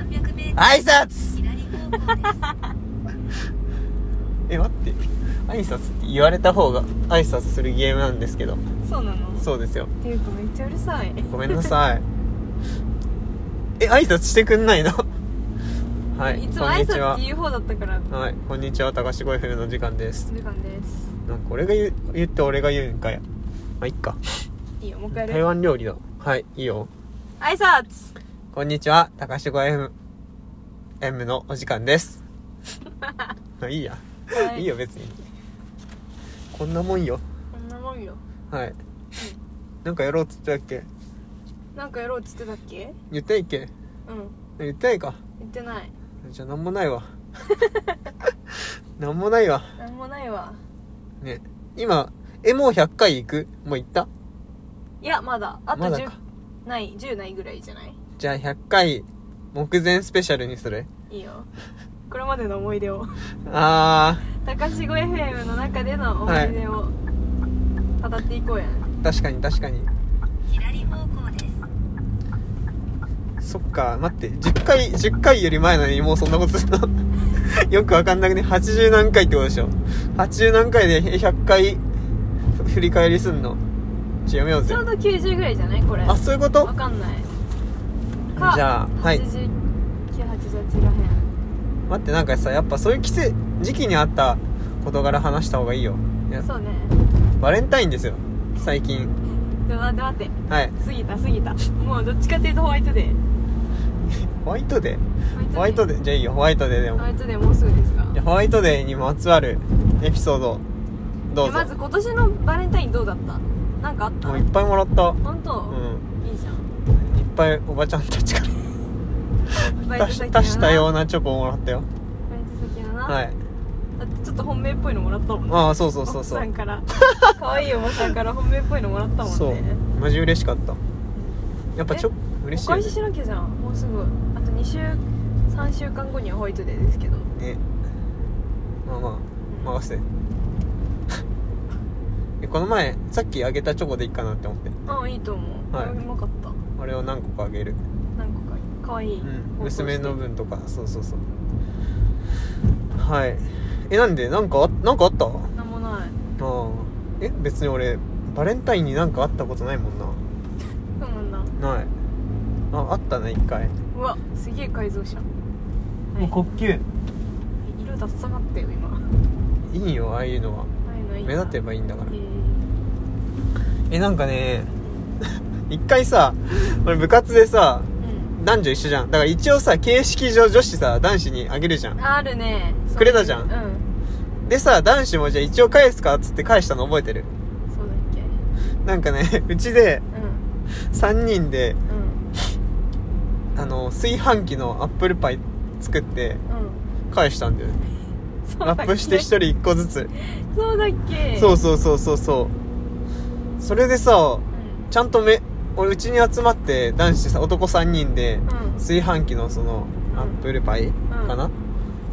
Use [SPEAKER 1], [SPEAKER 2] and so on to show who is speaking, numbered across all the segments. [SPEAKER 1] 左方向です。
[SPEAKER 2] 挨拶え待って挨拶って言われた方が挨拶するゲームなんですけど
[SPEAKER 3] そうなの
[SPEAKER 2] そうですよ
[SPEAKER 3] っていうかめっちゃうるさい
[SPEAKER 2] ごめんなさ いえ挨拶してくんないのはい
[SPEAKER 3] いつも
[SPEAKER 2] こん
[SPEAKER 3] 挨
[SPEAKER 2] にち
[SPEAKER 3] 拶っ
[SPEAKER 2] は
[SPEAKER 3] ていう方だったから
[SPEAKER 2] はいこんにちは高志声フルの時間です
[SPEAKER 3] 時間です
[SPEAKER 2] なんか俺が言う言って俺が言うんかやまあいっか
[SPEAKER 3] いいよもう一回や
[SPEAKER 2] 台
[SPEAKER 3] る
[SPEAKER 2] 湾料理だはいいいよ
[SPEAKER 3] 挨拶
[SPEAKER 2] こんにちは、高志 5M M のお時間 です。あいいや、
[SPEAKER 3] はい
[SPEAKER 2] いいよ別に。こんなもんよ。
[SPEAKER 3] こんなもんよ
[SPEAKER 2] はい。なんかやろうっつってたっけ
[SPEAKER 3] なんかやろうっつってたっけ
[SPEAKER 2] 言ってないっけ
[SPEAKER 3] うん
[SPEAKER 2] 言ってないか。
[SPEAKER 3] 言ってない
[SPEAKER 2] じゃあなんもないわ。なんもないわ。
[SPEAKER 3] なんもないわ
[SPEAKER 2] ね。今、え、もう100回行くもう行った
[SPEAKER 3] いやまだあと
[SPEAKER 2] まだ
[SPEAKER 3] 10
[SPEAKER 2] か。
[SPEAKER 3] ない10ないぐらいじゃない
[SPEAKER 2] じゃあ100回目前スペシャルにする
[SPEAKER 3] いいよこれまでの思い出を
[SPEAKER 2] あ
[SPEAKER 3] 高志語 FM の中での思い出を語っていこうやん
[SPEAKER 2] ー、確かに確かに。
[SPEAKER 1] 左方向です。
[SPEAKER 2] そっか、待って、10回、10回より前なのにもうそんなことするの よくわかんなくね、80何回ってことでしょ。80何回で100回ふ振り返りすんの。ちょ、やめよう
[SPEAKER 3] ち
[SPEAKER 2] ぜ
[SPEAKER 3] ょう。ど90ぐらいじゃないこれ
[SPEAKER 2] あ、そういうこと
[SPEAKER 3] わかんないか
[SPEAKER 2] じゃあ、はい。
[SPEAKER 3] 8988らへん
[SPEAKER 2] 待って、なんかさ、やっぱそういう季節、時期にあった事柄話した方がいいよ。いや
[SPEAKER 3] そうね
[SPEAKER 2] バレンタインですよ。最近。
[SPEAKER 3] でも待って待って
[SPEAKER 2] はい。
[SPEAKER 3] 過ぎた過ぎたもうどっちかっていうとホワイトデー
[SPEAKER 2] ホワイトデーホワイト
[SPEAKER 3] デ
[SPEAKER 2] デーじゃあいいよ、ホワイトデーで
[SPEAKER 3] ーホ
[SPEAKER 2] も。
[SPEAKER 3] ワイトデーもうすぐですか
[SPEAKER 2] じゃあホワイトデーにまつわるエピソード、どう
[SPEAKER 3] え
[SPEAKER 2] ぞ。
[SPEAKER 3] まず今年のバレンタインどうだったなんかあった
[SPEAKER 2] もういっぱいもらった。
[SPEAKER 3] 本当、
[SPEAKER 2] うん。
[SPEAKER 3] いいじゃん
[SPEAKER 2] いっぱいおばちゃんたちから
[SPEAKER 3] バイト
[SPEAKER 2] 足
[SPEAKER 3] 先
[SPEAKER 2] し
[SPEAKER 3] のな
[SPEAKER 2] たしたようなチョコをもらったよ
[SPEAKER 3] バイト先のな、
[SPEAKER 2] はい
[SPEAKER 3] だってちょっと本命っぽいのもらったもんね
[SPEAKER 2] ああそうそうそうそ
[SPEAKER 3] おっさん
[SPEAKER 2] う
[SPEAKER 3] から可愛いおばさんから本命っぽいのもらったもんね
[SPEAKER 2] そうマジ嬉しかったやっぱちょ嬉し
[SPEAKER 3] お
[SPEAKER 2] いよ
[SPEAKER 3] 返ししなきゃじゃんもうすぐあと2週3週間後にはホワイトデーですけど
[SPEAKER 2] ねねまあまあ任せて えこの前さっきあげたチョコでいいかなって思って
[SPEAKER 3] ああいいと思う、
[SPEAKER 2] はい
[SPEAKER 3] あうまかった
[SPEAKER 2] あれを何個かあげる、
[SPEAKER 3] 何個か可愛い、
[SPEAKER 2] うん、
[SPEAKER 3] 報告して
[SPEAKER 2] 娘の分とかそうそうそうはいえなんでなんかあなんかあったあ
[SPEAKER 3] なんもない
[SPEAKER 2] あえ別に俺バレンタインになんかあったことないもんな
[SPEAKER 3] そうなんだ
[SPEAKER 2] ないああったね一回、
[SPEAKER 3] うわすげえ改造車はい
[SPEAKER 2] 呼吸
[SPEAKER 3] 色ダッサかったよ今
[SPEAKER 2] いいよああいうのは目立てばいいんだから
[SPEAKER 3] いいな
[SPEAKER 2] えなんかね一回さ俺部活でさ
[SPEAKER 3] えーうん
[SPEAKER 2] 男女一緒じゃんだから一応さ形式上女子さ男子にあげるじゃん
[SPEAKER 3] あるね
[SPEAKER 2] くれたじゃん
[SPEAKER 3] そういううん
[SPEAKER 2] でさ男子もじゃあ一応返すかっつって返したの覚えてる
[SPEAKER 3] そうだっけ
[SPEAKER 2] なんかね うちで
[SPEAKER 3] うん
[SPEAKER 2] 3人で
[SPEAKER 3] うん
[SPEAKER 2] あの炊飯器のアップルパイ作って
[SPEAKER 3] うん
[SPEAKER 2] 返したんだよ
[SPEAKER 3] そうだ
[SPEAKER 2] ラ
[SPEAKER 3] っけ
[SPEAKER 2] ップして1人1個ずつ
[SPEAKER 3] そうだっけ
[SPEAKER 2] そううそうそうそうそうそれでさ
[SPEAKER 3] ん
[SPEAKER 2] ちゃんとめ俺うちに集まって男子さ男3人で
[SPEAKER 3] うん
[SPEAKER 2] 炊飯器のその
[SPEAKER 3] うん
[SPEAKER 2] アップルパイかな、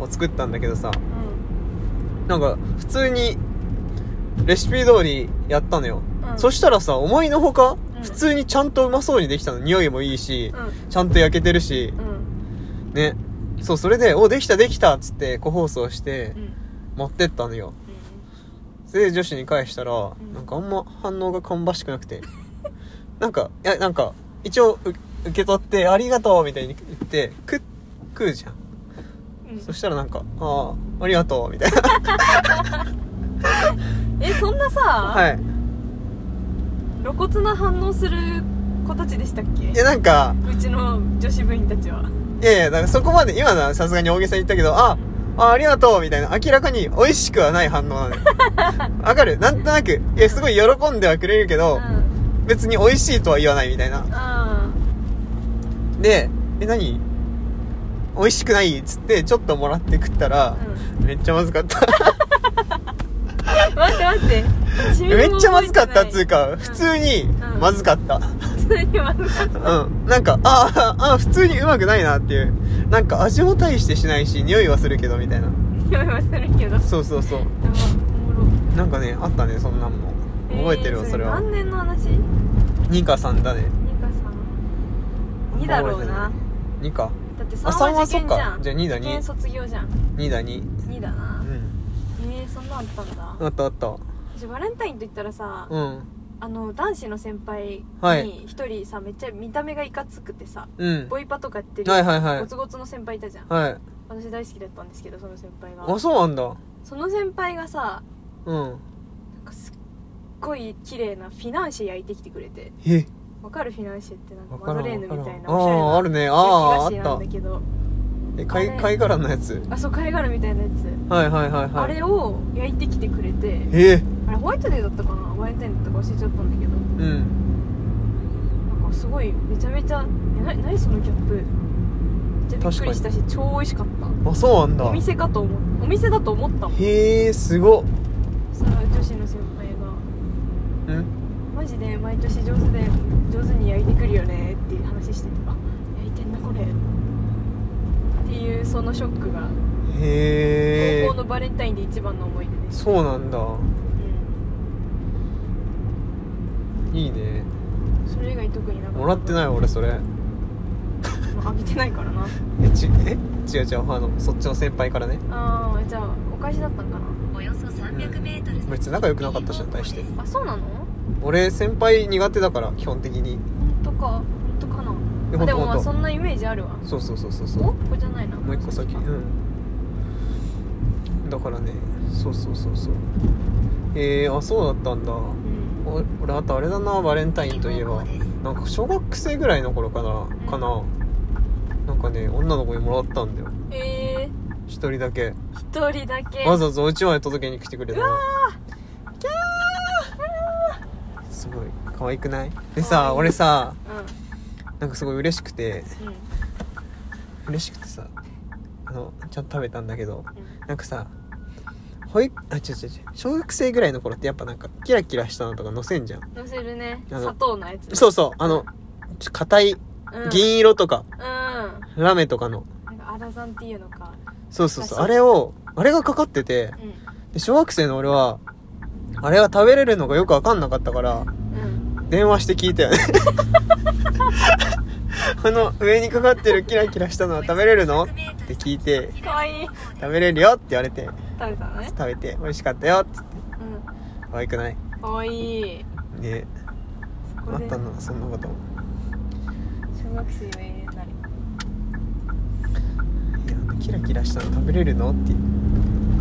[SPEAKER 2] を作ったんだけどさなんか普通にレシピ通りやったのよ、
[SPEAKER 3] うん
[SPEAKER 2] そしたらさ思いのほか
[SPEAKER 3] うん
[SPEAKER 2] 普通にちゃんとうまそうにできたの匂いもいいし
[SPEAKER 3] う、ん
[SPEAKER 2] ちゃんと焼けてるし
[SPEAKER 3] う、ん
[SPEAKER 2] ねそうそれで「おできたできた」っつって個包装して
[SPEAKER 3] うんうん
[SPEAKER 2] 持ってったのよそれで女子に返したら、
[SPEAKER 3] ん
[SPEAKER 2] なんかあんま反応が芳しくなくて なんかいやなんか一応う受け取って「ありがとう」みたいに言って食食うじゃん
[SPEAKER 3] うん
[SPEAKER 2] そしたらなんか「ああありがとう」みたいな
[SPEAKER 3] えそんなさ、
[SPEAKER 2] はい
[SPEAKER 3] 露骨な反応する子たちでしたっ
[SPEAKER 2] い
[SPEAKER 3] け
[SPEAKER 2] やなんか
[SPEAKER 3] うちの女子部員たちはい
[SPEAKER 2] やいやなんかそこまで今のはさすがに大げさに言ったけど「ああありがとう」みたいな明らかに美味しくはない反応な のよわかるなんとなくいやすごい喜んではくれるけ
[SPEAKER 3] う
[SPEAKER 2] ど、
[SPEAKER 3] ん
[SPEAKER 2] 別に美味しいとは言わないみたいな
[SPEAKER 3] あ
[SPEAKER 2] で「え何美味しくない?」っつってちょっともらって食ったら
[SPEAKER 3] あ、う
[SPEAKER 2] めっちゃまずか った
[SPEAKER 3] ん待って待って一
[SPEAKER 2] め
[SPEAKER 3] ミリも
[SPEAKER 2] っちゃまずかったっつ
[SPEAKER 3] 覚え
[SPEAKER 2] う
[SPEAKER 3] て
[SPEAKER 2] か普通に
[SPEAKER 3] うん
[SPEAKER 2] まずかった
[SPEAKER 3] ない普通にまずかった
[SPEAKER 2] うんなんかあーあー普通にうまくないなっていうなんか味も大してしないし匂いはするけどみたいな
[SPEAKER 3] 匂いはするけど
[SPEAKER 2] そうそうそう
[SPEAKER 3] でもおもろ
[SPEAKER 2] なんかねあったねそんなんも覚えてるわ
[SPEAKER 3] えー
[SPEAKER 2] それは
[SPEAKER 3] 何年の話
[SPEAKER 2] ニカさんだね
[SPEAKER 3] ニカさん2だろうな
[SPEAKER 2] ニカ
[SPEAKER 3] だって
[SPEAKER 2] あ
[SPEAKER 3] 3
[SPEAKER 2] 3
[SPEAKER 3] は
[SPEAKER 2] は
[SPEAKER 3] 受
[SPEAKER 2] そっ
[SPEAKER 3] 験じゃ
[SPEAKER 2] か
[SPEAKER 3] ん
[SPEAKER 2] じゃあ2だ
[SPEAKER 3] 受験
[SPEAKER 2] 2
[SPEAKER 3] 卒業じゃん
[SPEAKER 2] 2だ2
[SPEAKER 3] 2だ
[SPEAKER 2] う
[SPEAKER 3] な、
[SPEAKER 2] ん
[SPEAKER 3] えー、そんなんあったんだ
[SPEAKER 2] あったあった
[SPEAKER 3] 私バレンタインと言ったらさ、
[SPEAKER 2] うん
[SPEAKER 3] あの男子の先輩
[SPEAKER 2] はい
[SPEAKER 3] に一人さめっちゃ見た目がいかつくてさ
[SPEAKER 2] うん
[SPEAKER 3] ボイパとかやってる、
[SPEAKER 2] はいはいはい
[SPEAKER 3] ゴツゴツの先輩いたじゃん
[SPEAKER 2] はい
[SPEAKER 3] 私大好きだったんですけどその先輩が
[SPEAKER 2] あそうなんだ
[SPEAKER 3] その先輩がさ
[SPEAKER 2] うん
[SPEAKER 3] なんかすっごい綺麗なフィナンシェ焼いてきてくれて
[SPEAKER 2] え
[SPEAKER 3] わかるフィナンシェってなんか
[SPEAKER 2] わ
[SPEAKER 3] マ
[SPEAKER 2] から
[SPEAKER 3] ド
[SPEAKER 2] ん
[SPEAKER 3] レーヌ
[SPEAKER 2] わから
[SPEAKER 3] み
[SPEAKER 2] ん
[SPEAKER 3] たいな
[SPEAKER 2] ああーあるねああー
[SPEAKER 3] 焼き菓子
[SPEAKER 2] あっ
[SPEAKER 3] なん
[SPEAKER 2] た
[SPEAKER 3] だけど
[SPEAKER 2] え貝
[SPEAKER 3] あれ
[SPEAKER 2] 貝殻のやつ
[SPEAKER 3] あそう貝殻みたいなやつ、
[SPEAKER 2] はいはいはい
[SPEAKER 3] あ
[SPEAKER 2] はい
[SPEAKER 3] れを焼いてきてくれて
[SPEAKER 2] え
[SPEAKER 3] あれホワイトデーだったかなホワイトデーだったか忘れちゃったんだけど
[SPEAKER 2] うん
[SPEAKER 3] なんかすごいめちゃめちゃえな何そのギャップめっちゃびっくりしたし超美味しかった
[SPEAKER 2] あそうなん
[SPEAKER 3] お
[SPEAKER 2] だ
[SPEAKER 3] 店かと思うお店だと思ったもん
[SPEAKER 2] へえすごっ
[SPEAKER 3] その女子の先輩が
[SPEAKER 2] うん
[SPEAKER 3] マジで毎年上手で上手に焼いてくるよねっていう話しててあ焼いてんなこれっていうそのショックが
[SPEAKER 2] へえ
[SPEAKER 3] 高校のバレンタインで一番の思い出です、
[SPEAKER 2] そうなんだ
[SPEAKER 3] うん、
[SPEAKER 2] いいね
[SPEAKER 3] それ以外特になかった
[SPEAKER 2] もらってない俺それ
[SPEAKER 3] まああげてないからな
[SPEAKER 2] えちえ違う違うあのそっちの先輩からね
[SPEAKER 3] ああじゃあお返しだったんかな
[SPEAKER 1] およそ300メートル。
[SPEAKER 2] 別に仲良くなかったし大して
[SPEAKER 3] あそうなの本
[SPEAKER 2] 俺先輩苦手だから基本的に
[SPEAKER 3] 当か本当か
[SPEAKER 2] えほ
[SPEAKER 3] なあ
[SPEAKER 2] ん
[SPEAKER 3] で
[SPEAKER 2] と
[SPEAKER 3] もま
[SPEAKER 2] ほ
[SPEAKER 3] あ
[SPEAKER 2] ん
[SPEAKER 3] そ
[SPEAKER 2] と
[SPEAKER 3] んなイメージあるわ
[SPEAKER 2] そうそうそうそうそう
[SPEAKER 3] おここじゃないな
[SPEAKER 2] もう一個先うんだからねそうそうそうそうえー、あそうだったんだ
[SPEAKER 3] うん
[SPEAKER 2] お俺あとあれだなバレンタインといえばなんか小学生ぐらいの頃かなかななんかね女の子にもらったんだよ
[SPEAKER 3] え
[SPEAKER 2] 一人だけ
[SPEAKER 3] ー、一人だけ
[SPEAKER 2] わざわざお家まで届けに来てくれたのすごい可愛くないで
[SPEAKER 3] 可愛
[SPEAKER 2] さ
[SPEAKER 3] い
[SPEAKER 2] 俺さ
[SPEAKER 3] う
[SPEAKER 2] なんかすごい嬉しくて
[SPEAKER 3] んうん
[SPEAKER 2] 嬉しくてさあのちゃんと食べたんだけどなんかさ保育あ違う違う違う小学生ぐらいの頃ってやっぱなんかキラキラしたのとかのせんじゃん
[SPEAKER 3] のせるね
[SPEAKER 2] あの
[SPEAKER 3] 砂糖のやつ
[SPEAKER 2] そうそうあのちょ硬い
[SPEAKER 3] うん
[SPEAKER 2] 銀色とか、
[SPEAKER 3] うんなんか
[SPEAKER 2] ラメとかの
[SPEAKER 3] アラザンっていうのか
[SPEAKER 2] そうそうそうあ
[SPEAKER 3] 確かに
[SPEAKER 2] れをあれがかかってて
[SPEAKER 3] う
[SPEAKER 2] で小学生の俺はあれは食べれるのがよくわかんなかったから
[SPEAKER 3] んうん
[SPEAKER 2] 電話して聞いたよねこの上にかかってるキラキラしたのは食べれるのって聞いて
[SPEAKER 3] かわいい
[SPEAKER 2] 食べれるよって言われて
[SPEAKER 3] 食べたのね
[SPEAKER 2] 食べて美味しかったよって言って
[SPEAKER 3] う
[SPEAKER 2] 可愛くない
[SPEAKER 3] んかわいい
[SPEAKER 2] ね
[SPEAKER 3] そ
[SPEAKER 2] あ
[SPEAKER 3] こ
[SPEAKER 2] っ
[SPEAKER 3] で
[SPEAKER 2] たのそんなこと
[SPEAKER 3] 小学生の永遠なり
[SPEAKER 2] いやキラキラしたの食べれるのって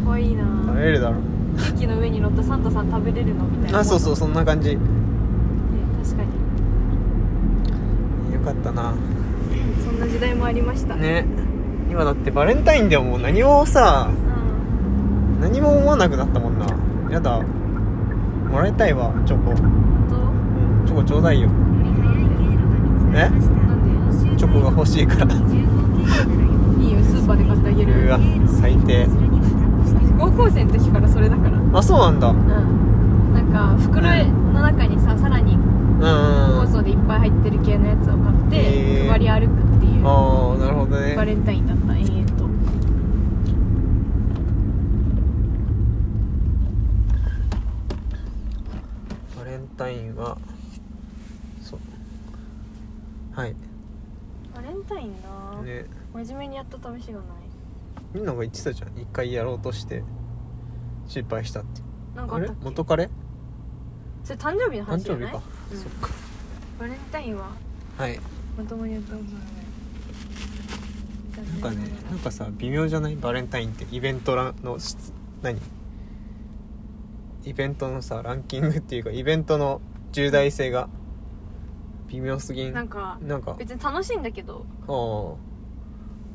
[SPEAKER 3] かわいいな
[SPEAKER 2] 食べれるだろ
[SPEAKER 3] ケーキの上に乗ったサンタさん食べれるのみたいな、
[SPEAKER 2] あそうそううそんな感じよ
[SPEAKER 3] ね、確かに
[SPEAKER 2] かったな
[SPEAKER 3] そんな時代もありました
[SPEAKER 2] ね今だってバレンタインではもう何もさ
[SPEAKER 3] うん
[SPEAKER 2] 何も思わなくなったもんなやだもらいたいわチョコ、
[SPEAKER 3] 本
[SPEAKER 2] うん、チョコちょうだいよ
[SPEAKER 1] え
[SPEAKER 3] 当なん
[SPEAKER 2] チョコが欲しいからう
[SPEAKER 3] でいいよスーパーで買ってあげる
[SPEAKER 2] わ最低
[SPEAKER 3] 高校生の時からそれだから
[SPEAKER 2] あそうなんだうん
[SPEAKER 3] うんなんか袋の中にささらに
[SPEAKER 2] あ
[SPEAKER 3] 包装でいっぱい入ってる系のやつを買っ
[SPEAKER 2] へ
[SPEAKER 3] て
[SPEAKER 2] ー
[SPEAKER 3] 配り歩くっていう
[SPEAKER 2] あーなるほどね
[SPEAKER 3] バレンタインだった延々と
[SPEAKER 2] バレンタインはそうはい
[SPEAKER 3] バレンタインな、
[SPEAKER 2] ね
[SPEAKER 3] 真面目にやった試しがない
[SPEAKER 2] みんなが言ってたじゃん一回やろうとして失敗したって
[SPEAKER 3] なんか
[SPEAKER 2] あ
[SPEAKER 3] あっ
[SPEAKER 2] れ
[SPEAKER 3] たっけ
[SPEAKER 2] 元彼
[SPEAKER 3] それ誕生日の
[SPEAKER 2] 誕
[SPEAKER 3] 話じゃ
[SPEAKER 2] 生
[SPEAKER 3] な
[SPEAKER 2] 日
[SPEAKER 3] い
[SPEAKER 2] か、
[SPEAKER 3] うん
[SPEAKER 2] そっか
[SPEAKER 3] バレンタインは
[SPEAKER 2] はい
[SPEAKER 3] まともにやったことない
[SPEAKER 2] なんかねなんかさ微妙じゃないバレンタインってイベントランの質何イベントのさランキングっていうかイベントの重大性が微妙すぎん
[SPEAKER 3] なんか
[SPEAKER 2] なんか
[SPEAKER 3] 別に楽しいんだけど
[SPEAKER 2] あー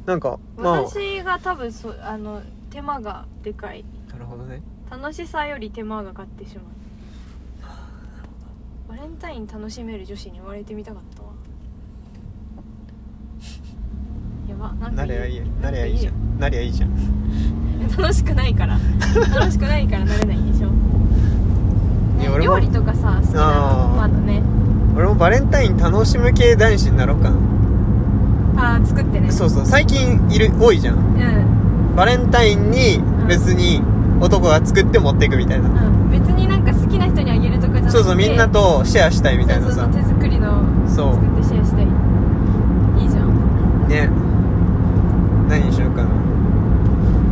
[SPEAKER 2] なんかまあ
[SPEAKER 3] 私が多分そあの手間がでかい
[SPEAKER 2] なるほどね
[SPEAKER 3] 楽しさより手間が勝ってしまうバレンタイン楽しめる女子に言われてみたかったわやばなんか
[SPEAKER 2] なりゃいいやなりゃいいじゃ
[SPEAKER 3] なんか
[SPEAKER 2] んなりゃいいじゃん
[SPEAKER 3] 言えよ楽しくないから楽しくないからなれないんでしょ、
[SPEAKER 2] いや
[SPEAKER 3] ね、
[SPEAKER 2] 俺も
[SPEAKER 3] 料理とかさ好きな
[SPEAKER 2] あー
[SPEAKER 3] のまだね
[SPEAKER 2] 俺もバレンタイン楽しむ系男子になろうかな
[SPEAKER 3] あー作ってね
[SPEAKER 2] そうそう最近いる多いじゃん
[SPEAKER 3] うん、
[SPEAKER 2] バレンタインに別に男が作って持っていくみたいな
[SPEAKER 3] うん、別になんか好きな人にあげるとかじゃなくて
[SPEAKER 2] そうそうみんなとシェアしたいみたいな
[SPEAKER 3] そうそう
[SPEAKER 2] さ
[SPEAKER 3] 手作りの
[SPEAKER 2] そう
[SPEAKER 3] 作ってシェアしたいいいじゃん
[SPEAKER 2] ね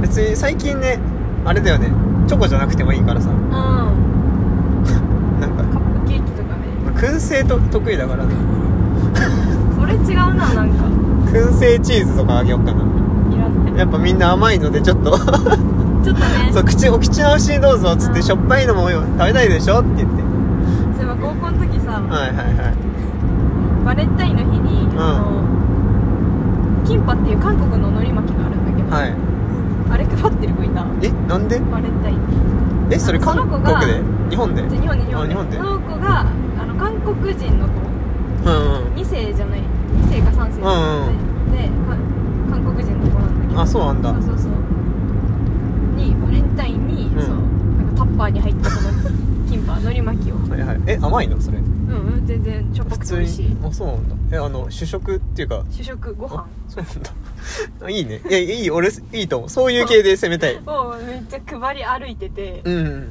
[SPEAKER 2] 別に最近ねあれだよねチョコじゃなくてもいいからさ
[SPEAKER 3] うんカ
[SPEAKER 2] なんか
[SPEAKER 3] ップケーキとかね
[SPEAKER 2] 燻製と得意だからね
[SPEAKER 3] それ違うななんか
[SPEAKER 2] 燻製チーズとかあげようかない
[SPEAKER 3] らんね
[SPEAKER 2] やっぱみんな甘いのでちょっと
[SPEAKER 3] ちょっとね
[SPEAKER 2] そう口お口直しにどうぞっつってしょっぱいのもよ食べたいでしょって言って
[SPEAKER 3] そういえば高校の時さ、
[SPEAKER 2] はいはいはい
[SPEAKER 3] バレンタインの日に、
[SPEAKER 2] ん
[SPEAKER 3] あのキンパっていう韓国の海苔巻きがあるんだけど、
[SPEAKER 2] はい
[SPEAKER 3] あれ配ってる子いた
[SPEAKER 2] えなんで
[SPEAKER 3] バレンタインじ
[SPEAKER 2] えそれ
[SPEAKER 3] そ
[SPEAKER 2] 韓
[SPEAKER 3] の子
[SPEAKER 2] 国
[SPEAKER 3] が
[SPEAKER 2] で日本でう
[SPEAKER 3] ゃ
[SPEAKER 2] ん
[SPEAKER 3] あ日本で日本で
[SPEAKER 2] あ日本で
[SPEAKER 3] その子があの韓国人の子
[SPEAKER 2] うん
[SPEAKER 3] 2世じゃない2世か3世で、か韓国人の子なんだけど
[SPEAKER 2] あそうなんだ
[SPEAKER 3] そうそうそうにバレンタインに、
[SPEAKER 2] うん
[SPEAKER 3] そうなんかタッパーに入ったこのキンパ海苔巻きを
[SPEAKER 2] はいはいえ甘いのそれ
[SPEAKER 3] うんうん全然しょっぱ
[SPEAKER 2] 普
[SPEAKER 3] くて
[SPEAKER 2] 通
[SPEAKER 3] 美味し
[SPEAKER 2] に
[SPEAKER 3] い
[SPEAKER 2] あそうなんだえあの主食っていうか
[SPEAKER 3] 主食ご飯
[SPEAKER 2] あそうなんだ あいいねいやいい俺いいと思うそういう系で攻め たい
[SPEAKER 3] をめっちゃ配り歩いてて、
[SPEAKER 2] うん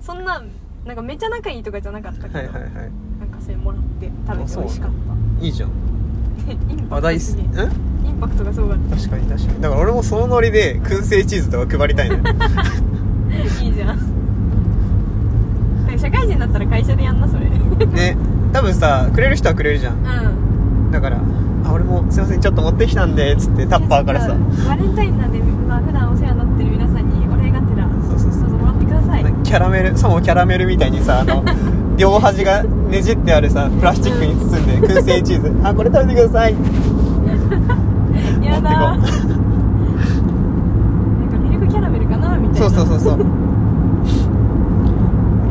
[SPEAKER 3] そんななんかめちゃ仲いいとかじゃなかったけど、
[SPEAKER 2] はいはいは
[SPEAKER 3] なんかそれもらって食べ
[SPEAKER 2] あ
[SPEAKER 3] て
[SPEAKER 2] そ
[SPEAKER 3] 美
[SPEAKER 2] う
[SPEAKER 3] 味しかった
[SPEAKER 2] いいいじゃん
[SPEAKER 3] イン
[SPEAKER 2] 話
[SPEAKER 3] パクト
[SPEAKER 2] 題すう
[SPEAKER 3] すげえ
[SPEAKER 2] ん確
[SPEAKER 3] インパクトがすごかっ
[SPEAKER 2] かに確かにだから俺もそのノリで燻製チーズとか配りたい のよ
[SPEAKER 3] た いいじゃんだから社会人だったら会社でやんなそれう
[SPEAKER 2] ね多分さくれる人はくれるじゃん
[SPEAKER 3] ん
[SPEAKER 2] だからあ俺もすいませんちょっと持ってきたんでつってタッパーからさ
[SPEAKER 3] バレンタインなんで、まあ、普段お世話になってる皆さんにお礼がてら
[SPEAKER 2] そうそう
[SPEAKER 3] ど
[SPEAKER 2] そう
[SPEAKER 3] うぞもらってください、
[SPEAKER 2] キャラメルさもキャラメルみたいにさあの両端がねじってあるさプラスチックに包んで燻製チーズあこれ食べてください
[SPEAKER 3] やだな
[SPEAKER 2] 持
[SPEAKER 3] ん
[SPEAKER 2] っ
[SPEAKER 3] か
[SPEAKER 2] て
[SPEAKER 3] ミルクキャラメルかなみたい
[SPEAKER 2] そ
[SPEAKER 3] な
[SPEAKER 2] うそうそうそう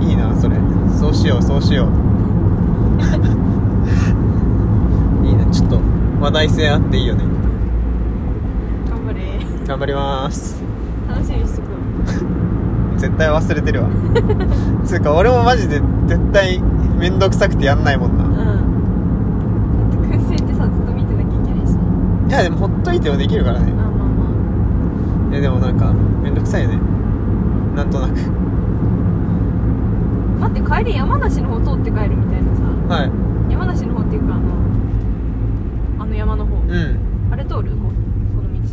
[SPEAKER 2] いいなそれそうしようそうし よういいなちょっと話題性あっていいよね
[SPEAKER 3] 頑張れ
[SPEAKER 2] 頑張ります
[SPEAKER 3] 楽しみにしとこう
[SPEAKER 2] 絶対忘れてるわつうか俺もマジで絶対めんどくさくてやんないもん
[SPEAKER 3] うん
[SPEAKER 2] な
[SPEAKER 3] だって燻製ってさずっと見てなきゃいけないし
[SPEAKER 2] いやでもほっといてもできるから
[SPEAKER 3] あ
[SPEAKER 2] ね
[SPEAKER 3] まあま
[SPEAKER 2] えでもなんかめんどくさいよねなんとなく
[SPEAKER 3] あ待って帰り山梨の方通って帰るみたいなさ
[SPEAKER 2] はい
[SPEAKER 3] 山梨の方っていうかあのあの山の方
[SPEAKER 2] うん
[SPEAKER 3] あれ通るここの道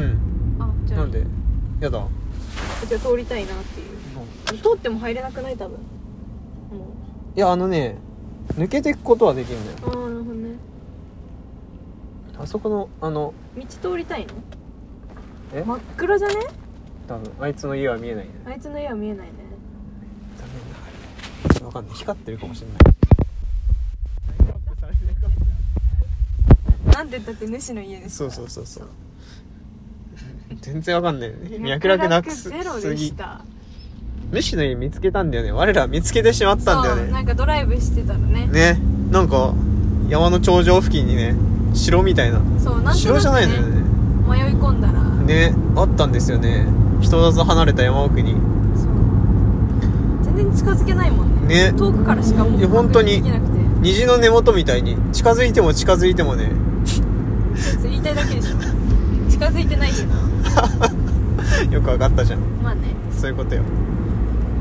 [SPEAKER 2] うん
[SPEAKER 3] あじゃあ
[SPEAKER 2] なんでやだ
[SPEAKER 3] じゃあ通りたいなっていう通っても入れなくない多分も
[SPEAKER 2] いやあのね抜けていくことはできるんだよ
[SPEAKER 3] うああなるほどね
[SPEAKER 2] あそこのあの
[SPEAKER 3] 道通りたいの
[SPEAKER 2] え
[SPEAKER 3] 真っ暗じゃね
[SPEAKER 2] 多分あいつの家は見えないね
[SPEAKER 3] あいつの家は見えないね
[SPEAKER 2] 残念ながらわかんない光ってるかもしれない
[SPEAKER 3] なんて言ったって主の家です
[SPEAKER 2] そうそうそうそう全然わかんないよ ね脈
[SPEAKER 3] 脈
[SPEAKER 2] 絡
[SPEAKER 3] 絡
[SPEAKER 2] な
[SPEAKER 3] な
[SPEAKER 2] く
[SPEAKER 3] く
[SPEAKER 2] す
[SPEAKER 3] ゼロ
[SPEAKER 2] す
[SPEAKER 3] でし
[SPEAKER 2] ぎ
[SPEAKER 3] た
[SPEAKER 2] 主の家見つけたんだよね我ら見つけてしまったんだよ
[SPEAKER 3] そうな
[SPEAKER 2] ね
[SPEAKER 3] んかドライブしてたらね
[SPEAKER 2] ねなんか山の頂上付近にね城みたいな
[SPEAKER 3] そうなんと
[SPEAKER 2] 城
[SPEAKER 3] な
[SPEAKER 2] じゃない
[SPEAKER 3] く
[SPEAKER 2] のよ
[SPEAKER 3] ね
[SPEAKER 2] ね
[SPEAKER 3] 迷い込んだら
[SPEAKER 2] ねあったんですよね人里離れた山奥に
[SPEAKER 3] そう全然近づけないもんね
[SPEAKER 2] ね
[SPEAKER 3] 遠くからしかもう
[SPEAKER 2] いや本当に
[SPEAKER 3] 確認できなくて
[SPEAKER 2] 虹の根元みたいに近づいても近づいてもね
[SPEAKER 3] それ言いたいだけでしょ近づいてないけど
[SPEAKER 2] よくわかったじゃん
[SPEAKER 3] まあね
[SPEAKER 2] そういうことよ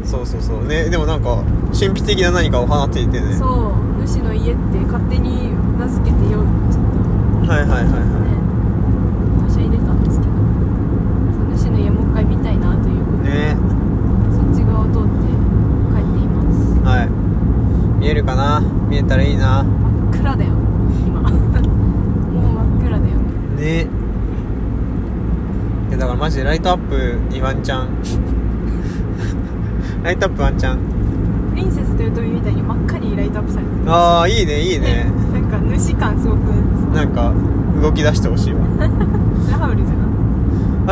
[SPEAKER 2] そうそうそうねでもなんか神秘的な何かを放っていてね
[SPEAKER 3] そう主の家って勝手に名付けてよちょっと
[SPEAKER 2] はいはいはいは
[SPEAKER 3] ねはしゃいでたんですけどその主の家もう一回見たいなということ
[SPEAKER 2] い
[SPEAKER 3] で、
[SPEAKER 2] ね
[SPEAKER 3] そっち側を通って帰っています
[SPEAKER 2] はい見えるかな見えたらいいな
[SPEAKER 3] 真っ暗だよ今もう真っ暗だよ
[SPEAKER 2] ねいやだからマジでライトアップにワンチャ ンライトアップワンチャン
[SPEAKER 3] プリンセスという鳥みたいに真っ赤にライトアップされてる
[SPEAKER 2] ああいいねいいね
[SPEAKER 3] なんか主感すごく
[SPEAKER 2] なんか動き出してほしいわ
[SPEAKER 3] ラハウルじゃな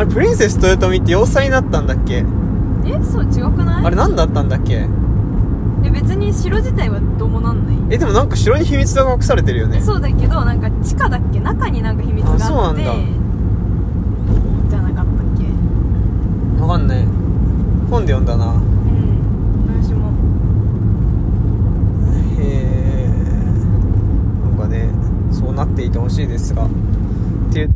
[SPEAKER 2] あれプリンセス豊臣って要塞になったんだっけ
[SPEAKER 3] いえそう違くない
[SPEAKER 2] あれ何だったんだっけ
[SPEAKER 3] え別に城自体はどうもなんない
[SPEAKER 2] えでもなんか城に秘密が隠されてるよね
[SPEAKER 3] そうだけどなんか地下だっけ中になんか秘密が
[SPEAKER 2] あそう
[SPEAKER 3] あ
[SPEAKER 2] な
[SPEAKER 3] っ
[SPEAKER 2] ん
[SPEAKER 3] て
[SPEAKER 2] だ
[SPEAKER 3] じゃなかったっけう
[SPEAKER 2] わかんない本で読んだなん
[SPEAKER 3] 私も
[SPEAKER 2] へえんかねそうなっていてほしいですがっていう